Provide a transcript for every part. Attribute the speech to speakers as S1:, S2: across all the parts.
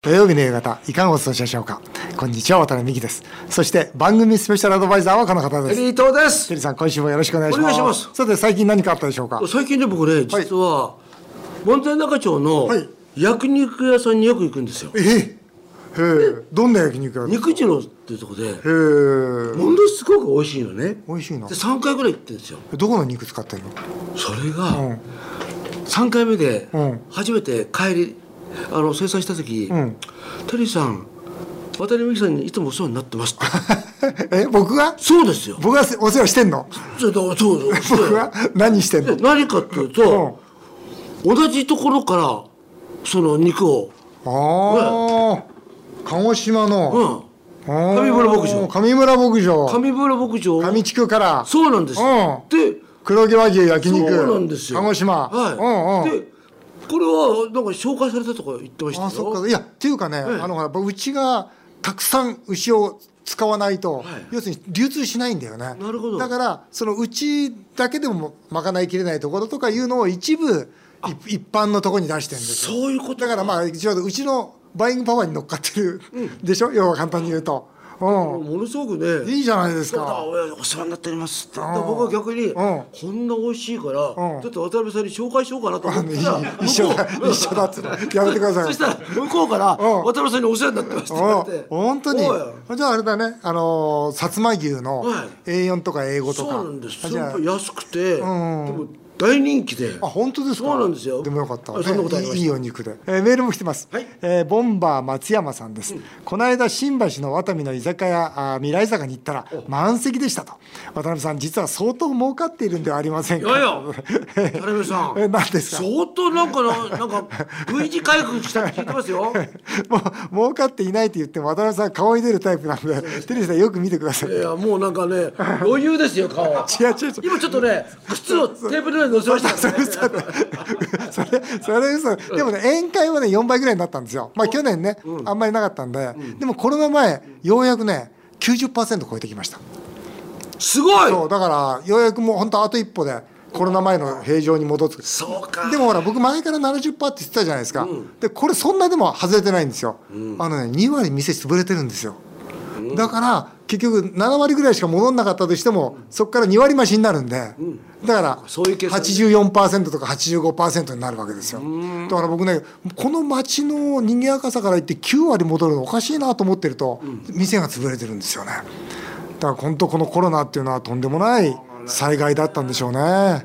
S1: 土曜日の夕方、いかがお過ごしでしょうか。こんにちは、渡辺美希です。そして、番組スペシャルアドバイザーはこの方で
S2: エ
S1: す。
S2: リートです
S1: テリーさん、今週もよろしくお願いします。
S2: お願いします
S1: さて、最近何かあったでしょうか。
S2: 最近ね僕ね実は門前仲町の
S1: はい
S2: 焼肉屋さんによく行くんですよ
S1: ええへえ、どんな焼肉屋です
S2: 肉次郎っていうとこで
S1: へえ、
S2: ものすごく美味しいのね
S1: 美味しいな
S2: で。3回ぐらい行ってるんですよ
S1: どこの肉使ってるの。
S2: それ
S1: う
S2: が
S1: ん
S2: 3回目で
S1: うん
S2: 初めて帰りあの生産した時
S1: うん
S2: 「テリーさん渡辺美樹さんにいつもお世話になってます」って
S1: え、僕が、
S2: そうですよ
S1: 僕がお世話してんの。
S2: そうそうそう
S1: 僕が、何してん
S2: で
S1: の。
S2: 何かっていうと同じところからその肉を
S1: ああ、鹿児島
S2: う
S1: の。
S2: ん
S1: 上
S2: 上村牧場
S1: 上村牧場。
S2: 上村牧場
S1: 上地区から。
S2: そうなんです、
S1: うん
S2: で
S1: 黒毛和牛焼
S2: そ
S1: 肉
S2: うなんですよ
S1: 鹿児島
S2: は
S1: う
S2: い、
S1: んうん
S2: でこれはなんか紹介されたとか言ってましたよ
S1: あそっかいやっていうかね、
S2: ええ
S1: あのやっぱうちがたくさん牛を使わないと、
S2: い
S1: 要するに流通しないんだよね
S2: なるほど
S1: だからそのうちだけでも賄いきれないところとかいうのを一部い一般のところに出してるんですよ
S2: そういうこと
S1: だからまあ一応うちのバイングパワーに乗っかってる、でしょ要は簡単に言うと、う
S2: ものすごくね
S1: ん、いいじゃないです
S2: そうだ
S1: か
S2: おお世話になっておりますって
S1: ん
S2: だから僕は逆に、
S1: うん
S2: こんな美味しいから、
S1: ん
S2: ちょっと渡辺さんに紹介しようかなと思ってたら向こう
S1: 一緒だ
S2: うん
S1: 一緒だっつってやめてください
S2: そしたら向こうから、渡辺さんにお世話になってますって言わ
S1: お
S2: れて
S1: 本当に
S2: おい
S1: じゃああれだねあのー薩摩牛の
S2: はい
S1: A4 とか A5 と
S2: そう
S1: か、
S2: なんです
S1: あ
S2: す
S1: じ
S2: ご
S1: ゃあ
S2: く安くて、で
S1: ん
S2: も大人気で
S1: あ本当ですか
S2: そうなんですよ
S1: でもよかったわ、
S2: あそんなことありました
S1: いいいお肉で、えーメールも来てます、
S2: はい
S1: えーボンバー松山さんです、この間新橋のワタミの居酒屋あー未来坂に行ったら満席でしたと渡辺さん実は相当儲かっているんではありません
S2: い
S1: か
S2: やいや、田辺さん。
S1: え何ですか
S2: 相当なんかな、なんか V 字回復したって聞いてますよ。
S1: もう儲かっていないと言っても渡辺さん顔に出るタイプなんでテレビさんよく見てください
S2: いやもうなんか ね、余裕ですよ顔。
S1: 違う違う違う
S2: 今ちょっとね、靴をテーブルの上に乗せましたからね。
S1: それそれ嘘でもね宴会はね4倍ぐらいになったんですよまあ去年ね、あんまりなかったんで、でもコロナ前ようやくね90%超えてきました
S2: すごい。
S1: そうだからようやくもう本当あと一歩でコロナ前の平常に戻す
S2: そうか。
S1: でもほら僕前から70%って言ってたじゃないですか、でこれそんなでも外れてないんですよ、あのね2割店潰れてるんですよだから結局7割ぐらいしか戻んなかったとしてもそこから2割増しになるんで、だから
S2: そういう計算
S1: 84%とか85%になるわけですよだから僕ねこの街の賑やかさから言って9割戻るのおかしいなと思ってると、店が潰れてるんですよねだから本当このコロナっていうのはとんでもない災害だったんでしょうね、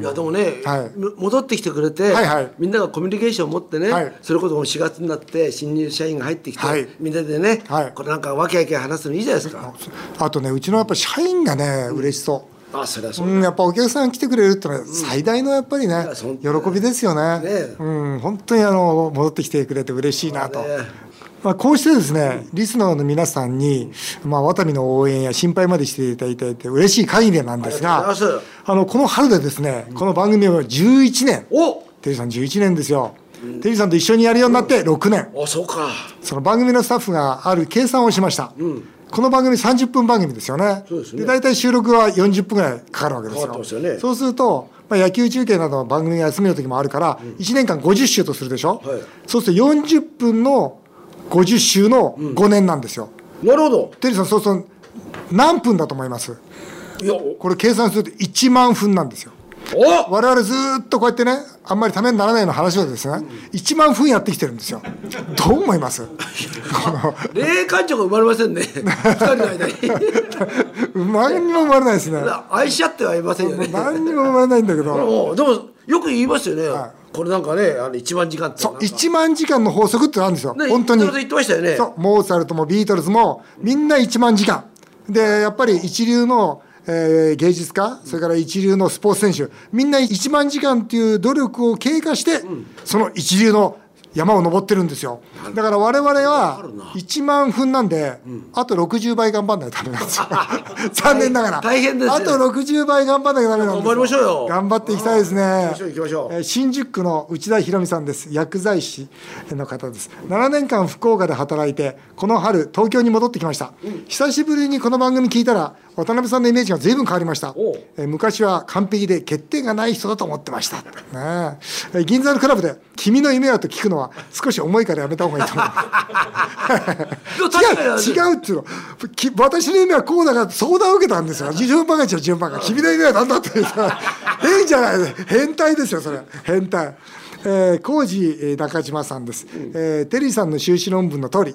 S2: いやでもね、
S1: はい
S2: む戻ってきてくれて、
S1: はいはい
S2: みんながコミュニケーションを持ってね、
S1: はい
S2: それこそもう4月になって新入社員が入ってきて、
S1: はい
S2: みんなでね、
S1: はい
S2: これなんかわけわけ話すのいいじゃないですか。
S1: あとねうちのやっぱ社員がね嬉しそう。
S2: あ、それはそうう。
S1: ん、やっぱお客さん来てくれるってのは最大のやっぱりね、
S2: やそん
S1: 喜びですよね
S2: ねえ
S1: うん、本当にあの戻ってきてくれて嬉しいなと、
S2: ね
S1: まあ、こうしてですね、リスナーの皆さんに、まあ、ワタミの応援や心配までしていただいて嬉しい限りなんですが
S2: ありがとうございます
S1: あのこの春でですねこの番組は11年
S2: お、
S1: テリーさん11年ですよ、テリーさんと一緒にやるようになって6年、
S2: あ、そうか。
S1: その番組のスタッフがある計算をしました、この番組30分番組ですよね
S2: そうですね
S1: 大体収録は40分ぐらいかかるわけですよ
S2: かかってますよね
S1: そうすると、まあ、野球中継などの番組が休みの時もあるから、1年間50週とするでしょ、
S2: はい
S1: そうすると40分の50週の5年なんですよ、
S2: なるほど。
S1: テリーさんそうすると何分だと思います
S2: いや、お
S1: これ計算すると1万分なんですよ
S2: お。
S1: 我々ずーっとこうやってねあんまりためにならないような話をですね、1万分やってきてるんですよどう思いますこの
S2: 霊感情が生まれませ んね二人の間に
S1: 何にも生まれないですね。
S2: 愛し合ってはいませんよね
S1: 何にも生まれないんだけど。
S2: もうでもよく言いますよね、
S1: は
S2: これなんかねあの一番時間って
S1: そう、1万時間の法則ってあるんですよ。
S2: ね
S1: 本当に
S2: そ。れで言ってましたよね
S1: そう、モーツァルトもビートルズも、みんな1万時間。で、やっぱり一流の、えー芸術家、それから一流のスポーツ選手、みんな1万時間っていう努力を経過して、その一流の山を登ってるんですよ。だから我々は
S2: るな
S1: 1万分なんで、あと60倍頑張んないとダメなん ですよ。残念ながら。
S2: 大変ですね
S1: あと60倍頑張んなきゃダメなんですよ。
S2: 頑張りましょうよ
S1: 頑張っていきたいですね。
S2: 行きましょう行きましょう
S1: えー新宿区の内田博美さんです薬剤師の方です7年間福岡で働いてこの春東京に戻ってきました、久しぶりにこの番組聞いたら渡辺さんのイメージが随分変わりました
S2: おう、
S1: えー昔は完璧で欠点がない人だと思ってました、ねええー銀座のクラブで「君の夢は」と聞くののは少し重いからやめた方がいいと思う違う違
S2: 確かに
S1: うっていうのき私の夢はこうだから相談を受けたんですよ順番が一応順番が君の夢は何だって さ変じゃない変態ですよそれ変態えー、工事えー中島さんです、えーテリーさんの修士論文の通り、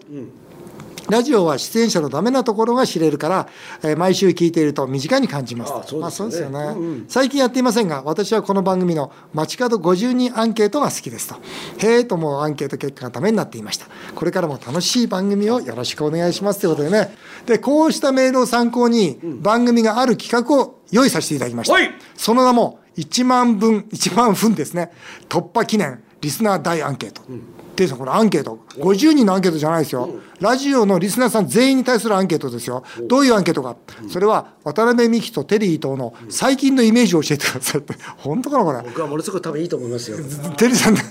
S1: ラジオは出演者のダメなところが知れるから、えー毎週聞いていると身近に感じます
S2: ああそうですよね
S1: まあ、そうですよね、
S2: うんうん
S1: 最近やっていませんが私はこの番組の街角50人アンケートが好きですとへえともアンケート結果がためになっていましたこれからも楽しい番組をよろしくお願いしますということでねでこうしたメールを参考に番組がある企画を用意させていただきました、
S2: はい
S1: その名も1万分1万分ですね突破記念リスナー大アンケート、ていうさんこれアンケート50人のアンケートじゃないですよ、ラジオのリスナーさん全員に対するアンケートですよどういうアンケートか、それは渡辺美樹とテリー伊藤の最近のイメージを教えてくださいって本当かなこれ
S2: 僕はものすごく多分いいと思いますよ。
S1: テリーさんだ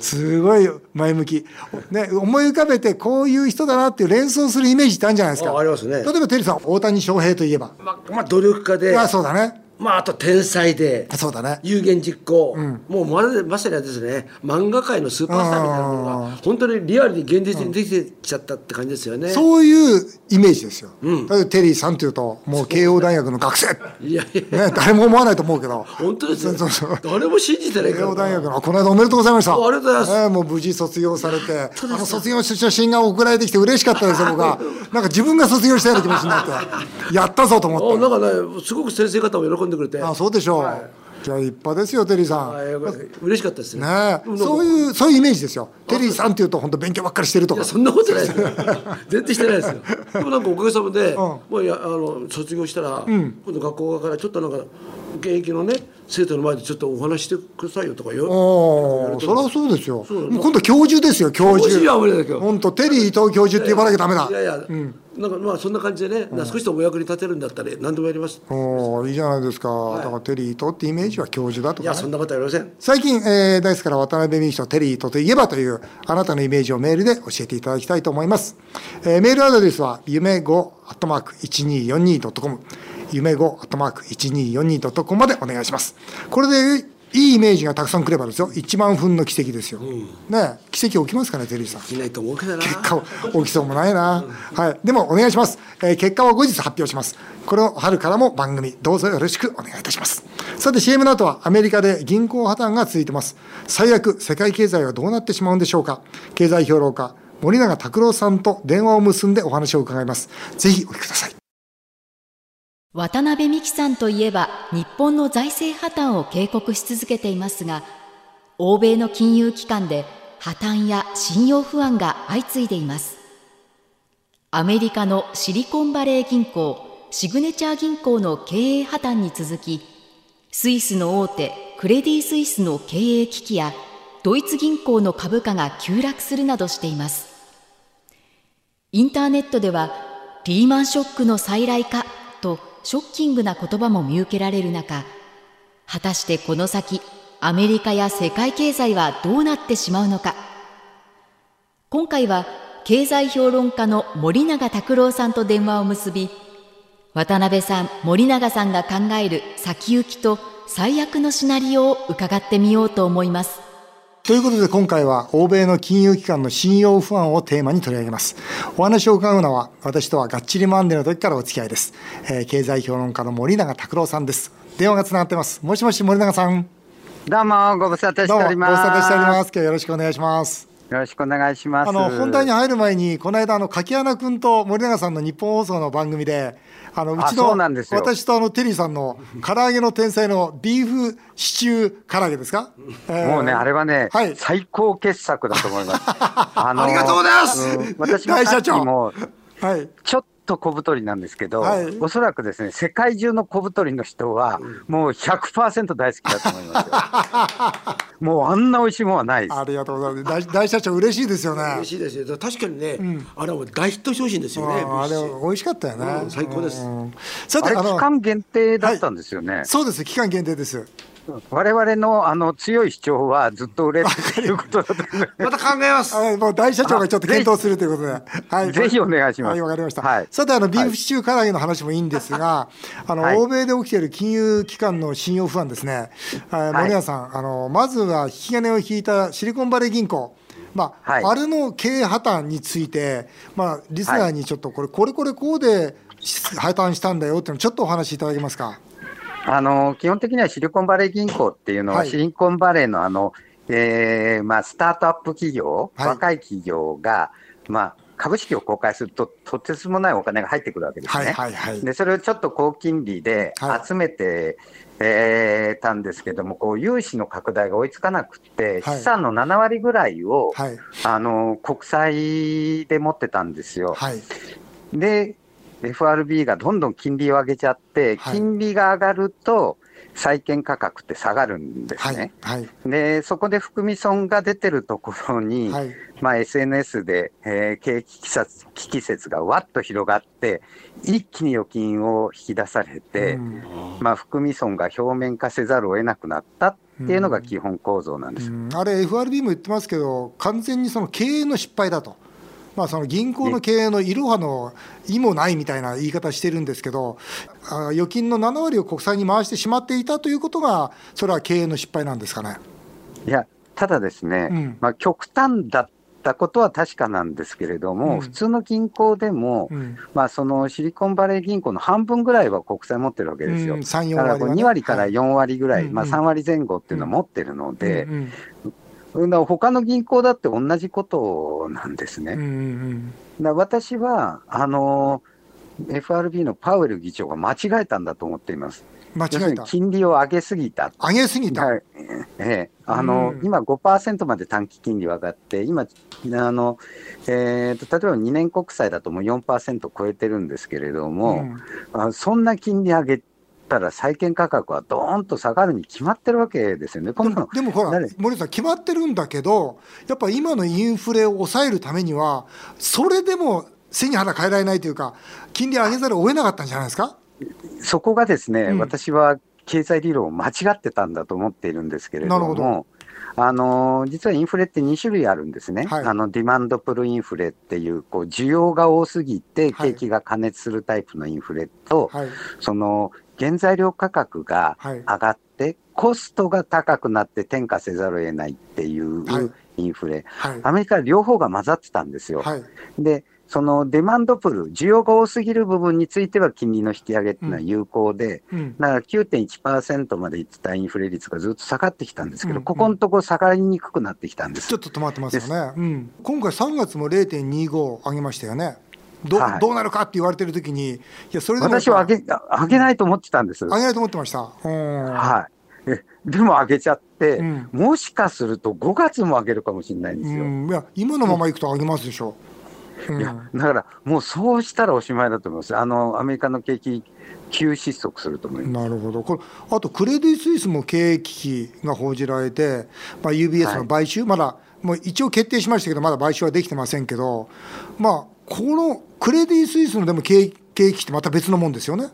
S1: すごい前向き、ね、思い浮かべてこういう人だなっていう連想するイメージってあるんじゃないですか
S2: あありますね
S1: 例えばテリーさん大谷翔平といえば、
S2: まあ、まあ、努力家で
S1: あ、そうだね
S2: まあ、あと天才で、
S1: そうだね
S2: 有言実行、もうまるでまさにあれですね、漫画界のスーパースターみたいなもの
S1: あ
S2: が、本当にリアルに現実にできてきちゃったって感じですよね。
S1: そういうイメージですよ、
S2: うん
S1: だけどテリーさんというともう慶応大学の学生、
S2: いやいや、
S1: ね、誰も思わないと思うけ ど
S2: 本当ですよ
S1: そうそうそう。
S2: 誰も信じてないか
S1: 慶
S2: ら
S1: 応
S2: な。
S1: 大学のあこの間おめでとうございました
S2: ありがとうございます
S1: ええもう無事卒業されてあの卒業した写真が送られてきて嬉しかった ですよ僕はなんか自分が卒業したような気持ちになってやったぞと思
S2: あ
S1: っ
S2: なんかね、すごく先生方も喜んでくれて、
S1: てあそうでしょう、じゃあ立派ですよテリーさん、
S2: はいよかった嬉しかったですね。
S1: ね
S2: でもなん
S1: え、
S2: か
S1: そういうそういうイメージですよテリーさんっていうと本当勉強ばっかりしてると
S2: い
S1: か
S2: やそんなことないですよ全然してないです よでもなんかおかげさまで、もうやあの卒業したら、今度学校からちょっとなんか現役のね生徒の前でちょっとお話ししてくださいよとかよ
S1: おおそれはそうですよ
S2: うだね
S1: もう今度教授ですよ教
S2: 教
S1: 授
S2: 授は無理だけど
S1: 本当テリー伊藤教授って呼ばなきゃダメだ
S2: いやいや、なんかまあそんな感じでね、少しでもお役に立てるんだったら何でもやります
S1: おおいいじゃないですか、だからテリー伊藤ってイメージは教授だと
S2: い
S1: か、
S2: や
S1: ね
S2: そんなことはありません
S1: 最近、えー、大好きから渡辺美樹とテリーとといえばというあなたのイメージをメールで教えていただきたいと思います、えーメールアドレスは夢5アットマーク 1242.com 夢5アットマーク 1242.com までお願いしますこれでいいイメージがたくさん来ればですよ1万分の奇跡ですよ、ねえ奇跡起きますかねテリーさん
S2: いないと思うけどな
S1: 結果は起きそうもないな、はい、でもお願いします、えー結果は後日発表しますこれを春からも番組どうぞよろしくお願いいたしますさて CM の後はアメリカで銀行破綻が続いてます最悪世界経済はどうなってしまうんでしょうか経済評論家森永卓郎さんと電話を結んでお話を伺いますぜひお聞きください
S3: 渡辺美樹さんといえば日本の財政破綻を警告し続けていますが欧米の金融機関で破綻や信用不安が相次いでいますアメリカのシリコンバレー銀行シグネチャー銀行の経営破綻に続きスイスの大手クレディ・スイスの経営危機やドイツ銀行の株価が急落するなどしていますインターネットではリーマンショックの再来かとショッキングな言葉も見受けられる中果たしてこの先アメリカや世界経済はどうなってしまうのか今回は経済評論家の森永卓郎さんと電話を結び渡辺さん森永さんが考える先行きと最悪のシナリオを伺ってみようと思います
S1: ということで今回は欧米の金融機関の信用不安をテーマに取り上げます。お話を伺うのは私とはがっちりマンデーの時からお付き合いです。えー経済評論家の森永拓郎さんです。電話がつながってます。もしもし森永さん。
S4: どうもご無沙汰して
S1: どうも
S4: お
S1: ご
S4: り
S1: 無
S4: ます。
S1: 沙汰しております。今日はよろしくお願いします。
S4: よろしくお願いします。
S1: あの本題に入る前にこの間あの柿穴君と森永さんの日本放送の番組であのう
S4: あ
S1: ちの
S4: そうなんですよ
S1: 私とあのテリーさんの唐揚げの天才のビーフシチュー唐揚げですか。
S4: もうね、あれ
S1: は
S4: はね、
S1: はい
S4: 最高傑作だと思 います。あの
S2: ありがとうございます
S4: ん私も
S1: 大
S4: さ
S1: 社
S4: っき
S1: 長
S4: も
S1: はい。
S4: ちょっと小太りなんですけど、
S1: はい
S4: おそらくですね、世界中の小太りの人は、もう100%大好きだと思いますよ。 もうあんな美味しいもんはないです
S1: あ。りがとうございます。大大社長嬉しいですよね。
S2: 嬉しいですよ確かにね、あれはもう大ヒット商品ですよね
S1: ああれ美味しかったよね、
S2: うん最高です
S1: んさ
S4: あ
S1: て
S4: れ
S1: あ
S4: 期
S1: の
S4: 間限定だったんですよね。
S1: そうです期間限定です
S4: 我々のあの強い主張はずっと売れてるということだと思います。
S2: また考え ます
S1: あもう大社長がちょっと検討するということで、はい、
S4: ぜひお願いします
S1: はいわかりました、
S4: はい
S1: さてあのビーフシチュー唐揚げの話もいいんですが、あの
S4: はい
S1: 欧米で起きている金融機関の信用不安ですね、あ森谷さんあのまずは引き金を引いたシリコンバレー銀行まあ、
S4: はい
S1: あれの経営破綻について、まあ、リスナーにちょっとこれ、これこれこうでし破綻したんだよっていうのちょっとお話しいただけますか。
S4: あの基本的にはシリコンバレー銀行っていうのは、
S1: はい
S4: シリコンバレーのあの、えーまあ、スタートアップ企業、
S1: はい
S4: 若い企業が、まあ、株式を公開すると、とてつもないお金が入ってくるわけです
S1: はい
S4: ね。
S1: はいはい。
S4: でそれをちょっと高金利で
S1: はい
S4: 集めて、えーたんですけども、こう融資の拡大が追いつかなくて、
S1: はい
S4: 資産の7割ぐらいを、
S1: はい
S4: あの国債で持ってたんですよ。
S1: はい
S4: で、FRB がどんどん金利を上げちゃって、
S1: はい
S4: 金利が上がると、債券価格って下がるんです
S1: はい
S4: ね。
S1: はい
S4: で、そこで含み損が出てるところに、
S1: はい
S4: まあ、SNS で、えー景気季節危機説がわっと広がって、一気に預金を引き出されて、
S1: うん
S4: まあ、含み損が表面化せざるを得なくなったっていうのが基本構造なんです。
S1: うんあれ、FRB も言ってますけど、完全にその経営の失敗だと、まあ、その銀行の経営のいろはの意もないみたいな言い方してるんですけど、あ預金の7割を国債に回してしまっていたということが、それは経営の失敗なんですかね。
S4: いや、ただですね、
S1: うん
S4: まあ、極端だったことは確かなんですけれども、
S1: うん
S4: 普通の銀行でも、
S1: うん
S4: まあ、そのシリコンバレー銀行の半分ぐらいは国債持ってるわけですよ。
S1: うん3 4
S4: だから
S1: 割
S4: こ
S1: は
S4: う
S1: ね
S4: 2割から
S1: はい
S4: 4割ぐらい、
S1: うん
S4: まあ、
S1: うん
S4: 3割前後っていうのは持ってるので
S1: う、ん
S4: うんだから他の銀行だって同じことなんですね。
S1: うんうんうん
S4: だから私はあの FRB のパウエル議長が間違えたんだと思っています。
S1: 間
S4: 要する
S1: 違え
S4: に
S1: た、
S4: 金利を上げすぎた
S1: 上げすぎた、
S4: はい、ええ、あの、
S1: うん
S4: 今5%まで短期金利は上がって、今、あの、えーと、例えば2年国債だともう4%超えてるんですけれど
S1: う
S4: も、
S1: ん
S4: あそんな金利上げたら債券価格はどーんと下がるに決まってるわけですよね。こん
S1: で
S4: なの
S1: もでもほら
S4: 誰、
S1: 森さん、決まってるんだけど、やっぱ今のインフレを抑えるためには、それでも背に腹変えられないというか、金利上げざるを得なかったんじゃないですか。
S4: そこがですね、
S1: うん
S4: 私は経済理論を間違ってたんだと思っているんですけれ
S1: な
S4: ど
S1: るほど
S4: も、あの実はインフレって2種類あるんですね、
S1: はい
S4: あのディマンドプルインフレっていう、こう需要が多すぎて、
S1: はい
S4: 景気が過熱するタイプのインフレと、
S1: はい
S4: その原材料価格が
S1: はい
S4: 上がって、コストが高くなって転嫁せざるを得ないっていう
S1: はい
S4: インフレ、
S1: はい
S4: アメリカは両方が混ざってたんですよ。
S1: はい
S4: で、そのデマンドプル、需要が多すぎる部分については金利の引き上げっていうのは有効で、
S1: うん
S4: だから9.1%までいってたインフレ率がずっと下がってきたんですけど、
S1: うん
S4: ここのところ下がりにくくなってきたんです
S1: ちょっ。と止まってますよね、うん、今回、3月も0.25上げましたよね、ど,、
S4: はいう
S1: なるかって言われてる時に、いや、それでもやっぱ
S4: 私は上げ上げないと思ってたんです。
S1: 上げないと思ってました、うん
S4: はい。えでも上げちゃって、
S1: うん
S4: もしかすると5月も上げるかもしれないんですよ。
S1: うん、いや今のままいくと上げますでしょ。うん
S4: いやだから、もうそうしたらおしまいだと思います、あのアメリカの景気、急失速すると思いま
S1: なるほどこれあとクレディ・スイスも経営危機が報じられて、まあ、UBS の買収、まだもう一応決定しましたけど、まだ買収はできてませんけど、まあ、このクレディ・スイスのでも経営経営危機ってまた別のもんですよね。
S4: す、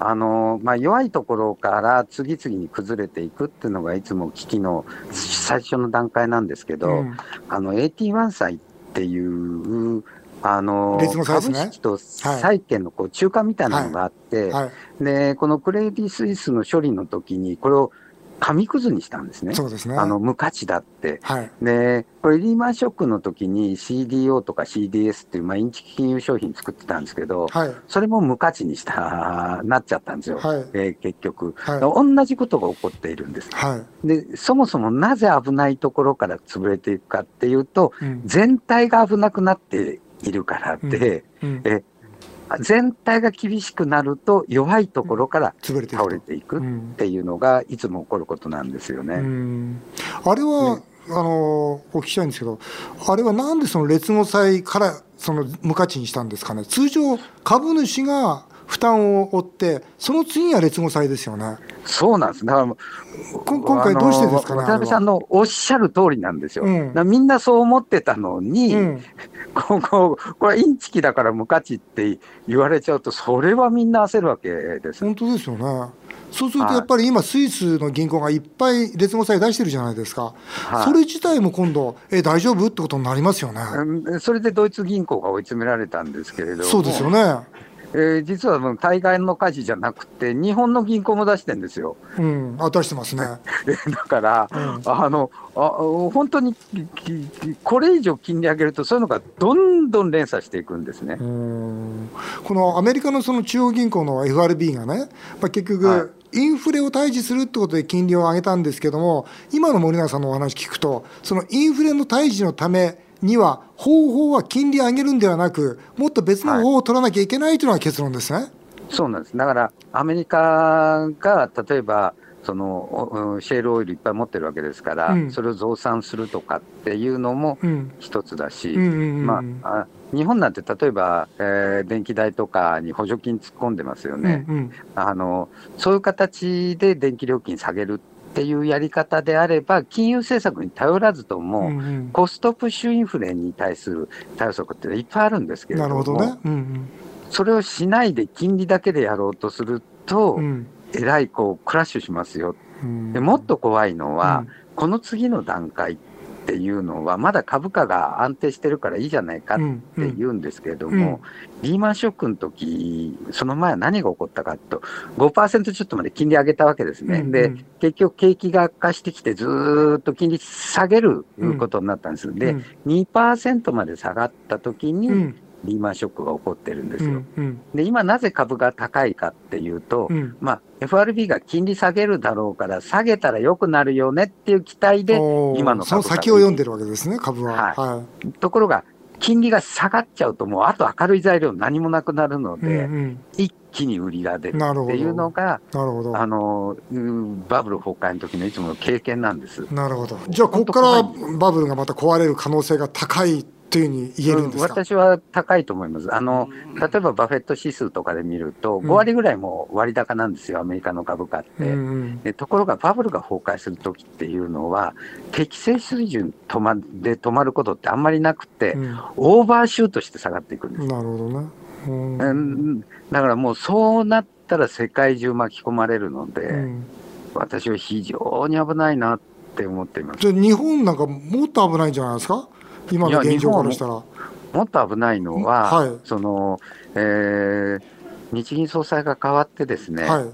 S4: あのまあ、弱いところから次々に崩れていくっていうのが、いつも危機の最初の段階なんですけど、
S1: うん
S4: あの AT1 債っていう、あの
S1: 別の債です
S4: 株
S1: ね
S4: 式と債券のこう中間みたいなのがあって、
S1: はい、
S4: でこのクレディ・スイスの処理の時に、これを紙くずにしたんですね、
S1: そうですね。
S4: あの無価値だって。
S1: はい、
S4: で、これリーマンショックの時に CDO とか CDS っていう毎日金融商品作ってたんですけど、
S1: はい、
S4: それも無価値にした、 なっちゃったんですよ。
S1: はい
S4: えー結局、
S1: はい
S4: 同じことが起こっているんです。
S1: は
S4: で、そもそもなぜ危ないところから潰れていくかっていうと、
S1: い、うん
S4: 全体が危なくなっているからで、
S1: うん
S4: 全体が厳しくなると弱いところから
S1: 潰れてい
S4: 倒れ
S1: く
S4: てい
S1: と。
S4: く
S1: う
S4: っ
S1: ん
S4: ていうのがいつも起こることなんですよね。
S1: うんあれは、あのお聞きしたいんですけど、あれはなんでその劣後債からその無価値にしたんですかね、通常、株主が負担を負って、その次が劣後債ですよね、
S4: そうなんです。だからもう、
S1: こ今回どうしてですかねあれ
S4: あの
S1: は
S4: 渡辺さんのおっしゃる通りなんですよ。
S1: うん
S4: だからみんなそう思ってたのに、
S1: うん
S4: ここ、これはインチキだから無価値って言われちゃうと、それはみんな焦るわけです。
S1: 本当ですよね、そうするとやっぱり今、スイスの銀行がいっぱい劣後債出してるじゃないですか、
S4: はい
S1: それ自体も今度、え、大丈夫ってことになりますよね、
S4: うんそれでドイツ銀行が追い詰められたんですけれども、
S1: そうですよね、
S4: えー実はもう対外の火事じゃなくて、日本の銀行も出してんですよ。
S1: うん、あ出してますね。
S4: でだから、あのあ本当にききこれ以上金利上げると、そういうのがどんどん連鎖していくんですね。
S1: うんこのアメリカのその中央銀行の FRB がね、まあ、結局、
S4: は
S1: インフレを対峙するってことで金利を上げたんですけども、今の森永さんのお話聞くと、そのインフレの対峙のためには、方法は金利上げるんではなく、もっと別の方法を取らなきゃいけないというのが結論ですね。
S4: そうなんです。だから、アメリカが例えば、そのおうんシェールオイルいっぱい持ってるわけですから、
S1: うん
S4: それを増産するとかっていうのも
S1: うん
S4: 一つだし、
S1: うんうんうんうん
S4: まあ、あ日本なんて例えば、えー電気代とかに補助金突っ込んでますよね、
S1: うんうん
S4: あの、そういう形で電気料金下げるっていうやり方であれば、金融政策に頼らずとも、
S1: うんうん
S4: コストプッシュインフレに対する対策っていっぱいあるんですけれ
S1: な
S4: ど
S1: るほ
S4: も
S1: どね。うん
S4: それをしないで金利だけでやろうとすると、
S1: うんうん
S4: えらいこうクラッシュしますよ。
S1: うん
S4: でもっと怖いのは、
S1: うん
S4: この次の段階っていうのは、まだ株価が安定してるからいいじゃないかって言うんですけれども、
S1: うんうん
S4: リーマンショックの時その前は何が起こったかと、5%ちょっとまで金利上げたわけですね。
S1: うんう
S4: で
S1: ん、
S4: 結局景気が悪化してきて、ずーっと金利下げることになったんです。
S1: う
S4: で
S1: ん、
S4: 2%まで下がった時に、
S1: うん
S4: リーマンショックが起こってるんです
S1: う
S4: よ。
S1: んうん
S4: で、今なぜ株が高いかっていうと、
S1: うん
S4: まあ、FRB が金利下げるだろうから、下げたら良くなるよねっていう期待で、
S1: おー
S4: 今の株
S1: そ
S4: 価
S1: の先を読んでるわけですね、株は。
S4: は
S1: は
S4: ところが、金利が下がっちゃうと、もうあと明るい材料何もなくなるの
S1: い。うん
S4: で、
S1: うん
S4: 一気に売りが出る
S1: なる
S4: っ
S1: ほ
S4: て
S1: ど
S4: いうのが、
S1: なるほど。
S4: あのうんバブル崩壊の時のいつもの経験なんです。
S1: なるほど。じゃあ、ここからバブルがまた壊れる可能性が高いというふうに言えるんです
S4: うん
S1: か、
S4: 私は高いと思います。あの、例えばバフェット指数とかで見ると、5割ぐらいもう割高なんですよ、アメリカの株価って。
S1: うんうん
S4: でところがバブルが崩壊するときっていうのは、適正水準止まで止まることってあんまりなくて、
S1: うん
S4: オーバーシュートして下がっていくんです。
S1: なるほどね。うん
S4: うんだからもうそうなったら世界中巻き込まれるので、
S1: うん
S4: 私は非常に危ないなって思っています。
S1: じゃあ、日本なんかもっと危ないんじゃないですか今の現状からしたら。
S4: もっと危ないのは、
S1: はい
S4: その、えー日銀総裁が変わってですね、
S1: は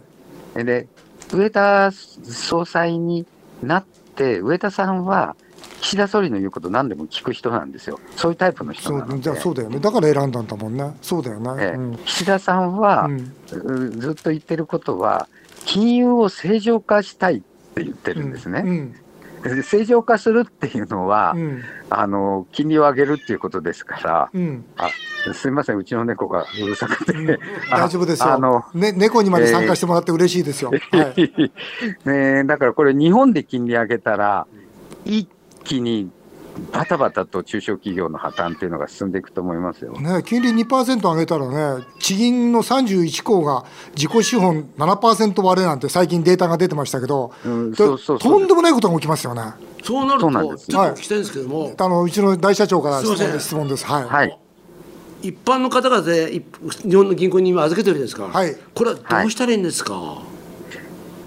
S1: い。
S4: で、上田総裁になって、上田さんは、岸田総理の言うこと何でも聞く人なんですよ。そういうタイプの人
S1: そ
S4: なの
S1: う
S4: で
S1: じゃあそうだよね。だから選んだんだもんね。そうだよね。
S4: ええ
S1: うん
S4: 岸田さんは、
S1: うん
S4: うずっと言ってることは、金融を正常化したいって言ってるんです
S1: う
S4: ね。
S1: ん
S4: で正常化するっていうのは、
S1: うん
S4: あの、金利を上げるっていうことですから、
S1: うん
S4: あすみません、うちの猫がうるさくて。あ
S1: 大丈夫です
S4: あの
S1: よ、ね。猫にまで参加してもらって嬉しいです よ。はい
S4: ねえだからこれ、日本で金利上げたら、一気にバタバタと中小企業の破綻っていうのが進んでいくと思いますよ。
S1: ね、金利2%上げたらね、地銀の31項が自己資本7%割れなんて最近データが出てましたけど、
S4: うん
S1: だ
S4: そうそうそう
S1: とんでもないことが起きますよね。あ
S2: そうなる
S4: そうなん
S2: と
S4: です
S2: ちょっと聞きたいんですけども、
S1: のうちの大社長から質問
S2: すいま
S1: で
S2: せん
S1: 質問です。はい。
S4: はい、
S2: 一般の方々でい日本の銀行に今預けてるじゃないですか、
S1: はい
S2: これはどうしたらいいんですか、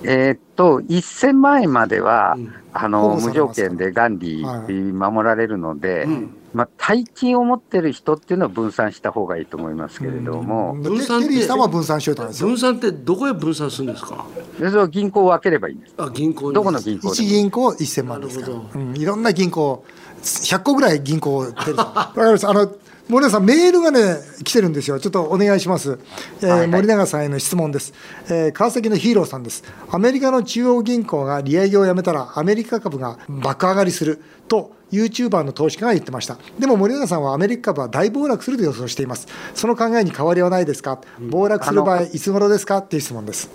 S4: えーっと、1000万円までは、
S2: うん
S4: あ
S1: 保
S4: の
S1: 護さ
S4: 無
S1: れ
S4: 条
S1: ますから
S4: 件で元利
S1: はい
S4: 守られるので、
S2: ん
S4: まあ、大金を持ってる人っていうのは分散した方がいいと思いますけれども、
S1: で
S2: 分散って
S1: テリーさんは分散しといたんですよ。
S2: 分散ってどこへ分散するんですか
S4: でそれを銀行を分ければいいんです。
S2: あ銀行に
S4: どこの銀行で
S1: 一
S4: も
S1: 銀行1000万ですから、
S2: なるほ
S1: うん、いろんな銀行100個ぐらい銀行テリーさんわかりましたあの森永さんメールがね来てるんですよちょっとお願いします、えー
S4: はいはい
S1: 森永さんへの質問です、えー川崎のヒーローさんですアメリカの中央銀行が利上げをやめたらアメリカ株が爆上がりするとユーチューバーの投資家が言ってましたでも森永さんはアメリカ株は大暴落すると予想していますその考えに変わりはないですか暴落する場合いつ頃ですかっていう質問です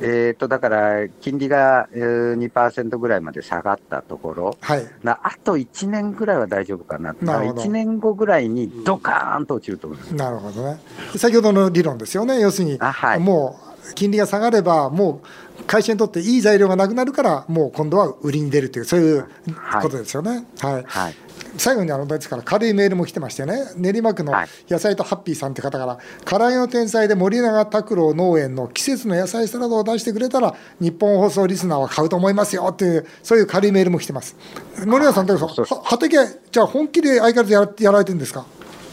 S4: えーっと、だから、金利がえー2%ぐらいまで下がったところ、
S1: はい
S4: なあと1年ぐらいは大丈夫かな、
S1: なるほど
S4: 1年後ぐらいにドカーンと落ちると思います。
S1: なるほどね。先ほどの理論ですよね。要するに、
S4: あはい
S1: もう金利が下がれば、もう会社にとっていい材料がなくなるから、もう今度は売りに出るという、そういう
S4: はい
S1: ことですよね。はい。
S4: はい、
S1: 最後にあのですから軽いメールも来てましてね練馬区の
S4: はい
S1: 野菜とハッピーさんって方から「唐揚げの天才で森永拓郎農園の季節の野菜サラダを出してくれたら日本放送リスナーは買うと思いますよ」っていうそういう軽いメールも来てます森永さんどうですか
S4: そう
S1: は畑じゃあ本気で相変わらずやらやられてるんですか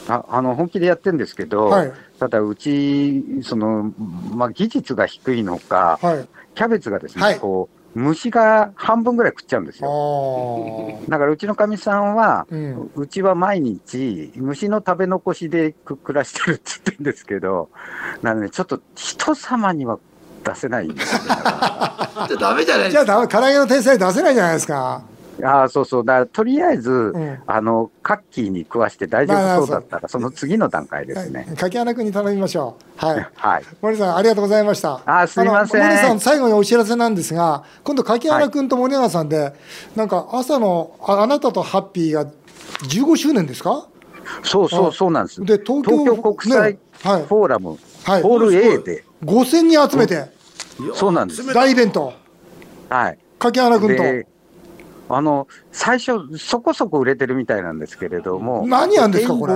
S4: ああの本気でやってるんですけど、
S1: はい
S4: ただうち、そのまあ、技術が低いのか、
S1: はい。
S4: キャベツがですね、
S1: はい
S4: こう虫が半分ぐらい食っちゃうんです
S1: あ
S4: よ。
S1: あ。
S4: だからうちのかみさんは、
S1: うん。
S4: うちは毎日、虫の食べ残しでく暮らしてるって言ってるんですけど、なので、ちょっと人様には出せないんですよね。
S2: でダメじゃない
S1: じゃあだ、唐揚げの天才出せないじゃないですか。
S4: ああ、そうそう、だからとりあえず、
S1: ん
S4: あのカッキーに食わして大丈
S1: まあ
S4: 夫
S1: まあ
S4: そうだったら、その次の段階ですね。
S1: はい柿原君に頼みましょう。 はい。
S4: はい、
S1: 森さん、ありがとうございました。
S4: あすいません
S1: あの森さん、最後にお知らせなんですが、今度、柿原君と森永さんで、なんか、朝のあ、あなたとハッピーが15周年ですか
S4: そうそ
S1: あ
S4: う、そうなんです。
S1: で東京
S4: 国際
S1: ね
S4: フ
S1: はい
S4: ォーラム、
S1: はい
S4: ホール A で、
S1: ?5000 人集めて、
S4: そうなんです。
S1: 大イベント。
S4: はい。
S1: 柿原君と。
S4: で、あの、最初、そこそこ売れてるみたいなんですけれども、
S1: 何やんですか、これ。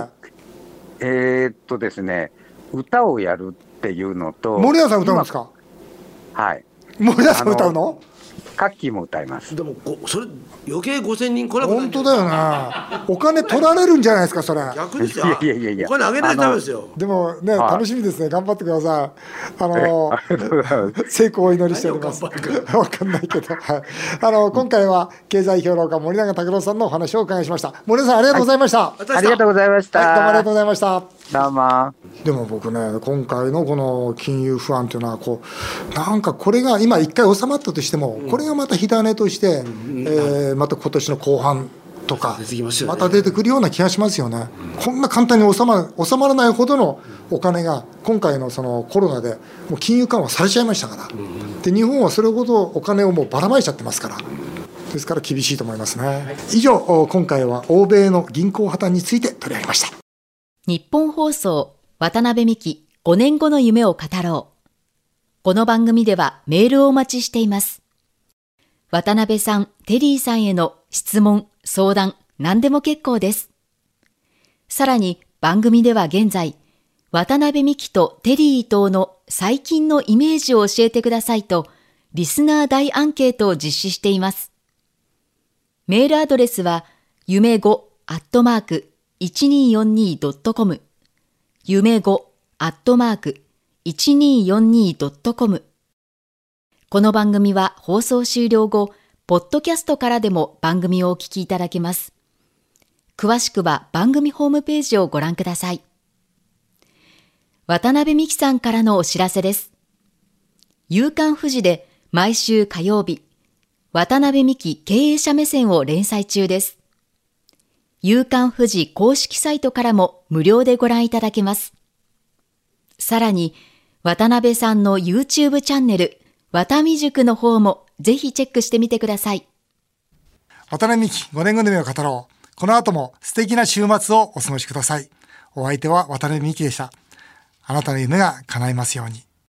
S4: えーっとですね、歌をやるっていうのと、
S1: 森永さん歌うんですか
S4: 今はい。
S1: 森永さん歌うの
S4: カッキーも歌います。
S2: でもこそれ余計5000人来なくな
S1: 本
S2: る
S1: 当だよな。お金取られるんじゃないですか、それ。
S2: 逆ですよ
S4: いやいやいやいや
S2: お金あげないとダメですよ
S1: でもね、
S4: はい
S1: 楽しみですね。頑張ってください。あの
S4: あ りがとうございま す
S1: 成功をお祈りしております。わ
S2: 何を頑
S1: かんないけど、はい。あの今回は経済評論家森永卓郎さんのお話をお伺いしました。森永さんありがとうございました。はい、
S2: 私
S4: ありがとうございまし
S1: どうもありが
S4: た。
S1: とうございました。
S4: どうも。
S1: でも僕ね、今回のこの金融不安というのはこう、なんかこれが今、一回収まったとしても、これがまた火種として、えーまた今年の後半とか
S2: 出てきますよね
S1: また出てくるような気がしますよね、こんな簡単に収ま収まらないほどのお金が、今回のそのコロナで、もう金融緩和されちゃいましたから、で日本はそれほどお金をもうばらまいちゃってますから。ですから厳しいと思いますね。以上、お今回は欧米の銀行破綻について取り上げました。
S3: 日本放送渡辺美希5年後の夢を語ろう。この番組ではメールをお待ちしています。渡辺さん、テリーさんへの質問、相談、何でも結構です。さらに番組では現在、渡辺美希とテリー伊藤の最近のイメージを教えてくださいと、リスナー大アンケートを実施しています。メールアドレスは、夢5アットマーク 1242.com、夢5アットマーク 1242.com。この番組は放送終了後、ポッドキャストからでも番組をお聞きいただけます。詳しくは番組ホームページをご覧ください。渡辺美希さんからのお知らせです。夕刊富士で毎週火曜日、渡辺美希経営者目線を連載中です。夕刊富士公式サイトからも無料でご覧いただけます。さらに、渡辺さんの YouTube チャンネル、渡美塾の方もぜひチェックしてみてください。
S1: 渡辺美希5年組を語ろう。この後も素敵な週末をお過ごしください。お相手は渡辺美希でした。あなたの夢が叶いますように。